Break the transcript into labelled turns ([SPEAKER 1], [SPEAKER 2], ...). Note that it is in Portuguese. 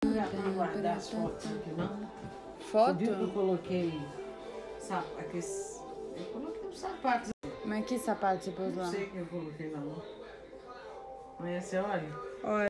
[SPEAKER 1] Pra pra guardar as fotos, não?
[SPEAKER 2] Foto?
[SPEAKER 1] Você viu que eu coloquei sapo, aqueles. Eu coloquei um uns sapatos,
[SPEAKER 2] Mas que sapato você pôs lá?
[SPEAKER 1] não sei o que eu coloquei na mão. Amanhã você olha.
[SPEAKER 2] Olha.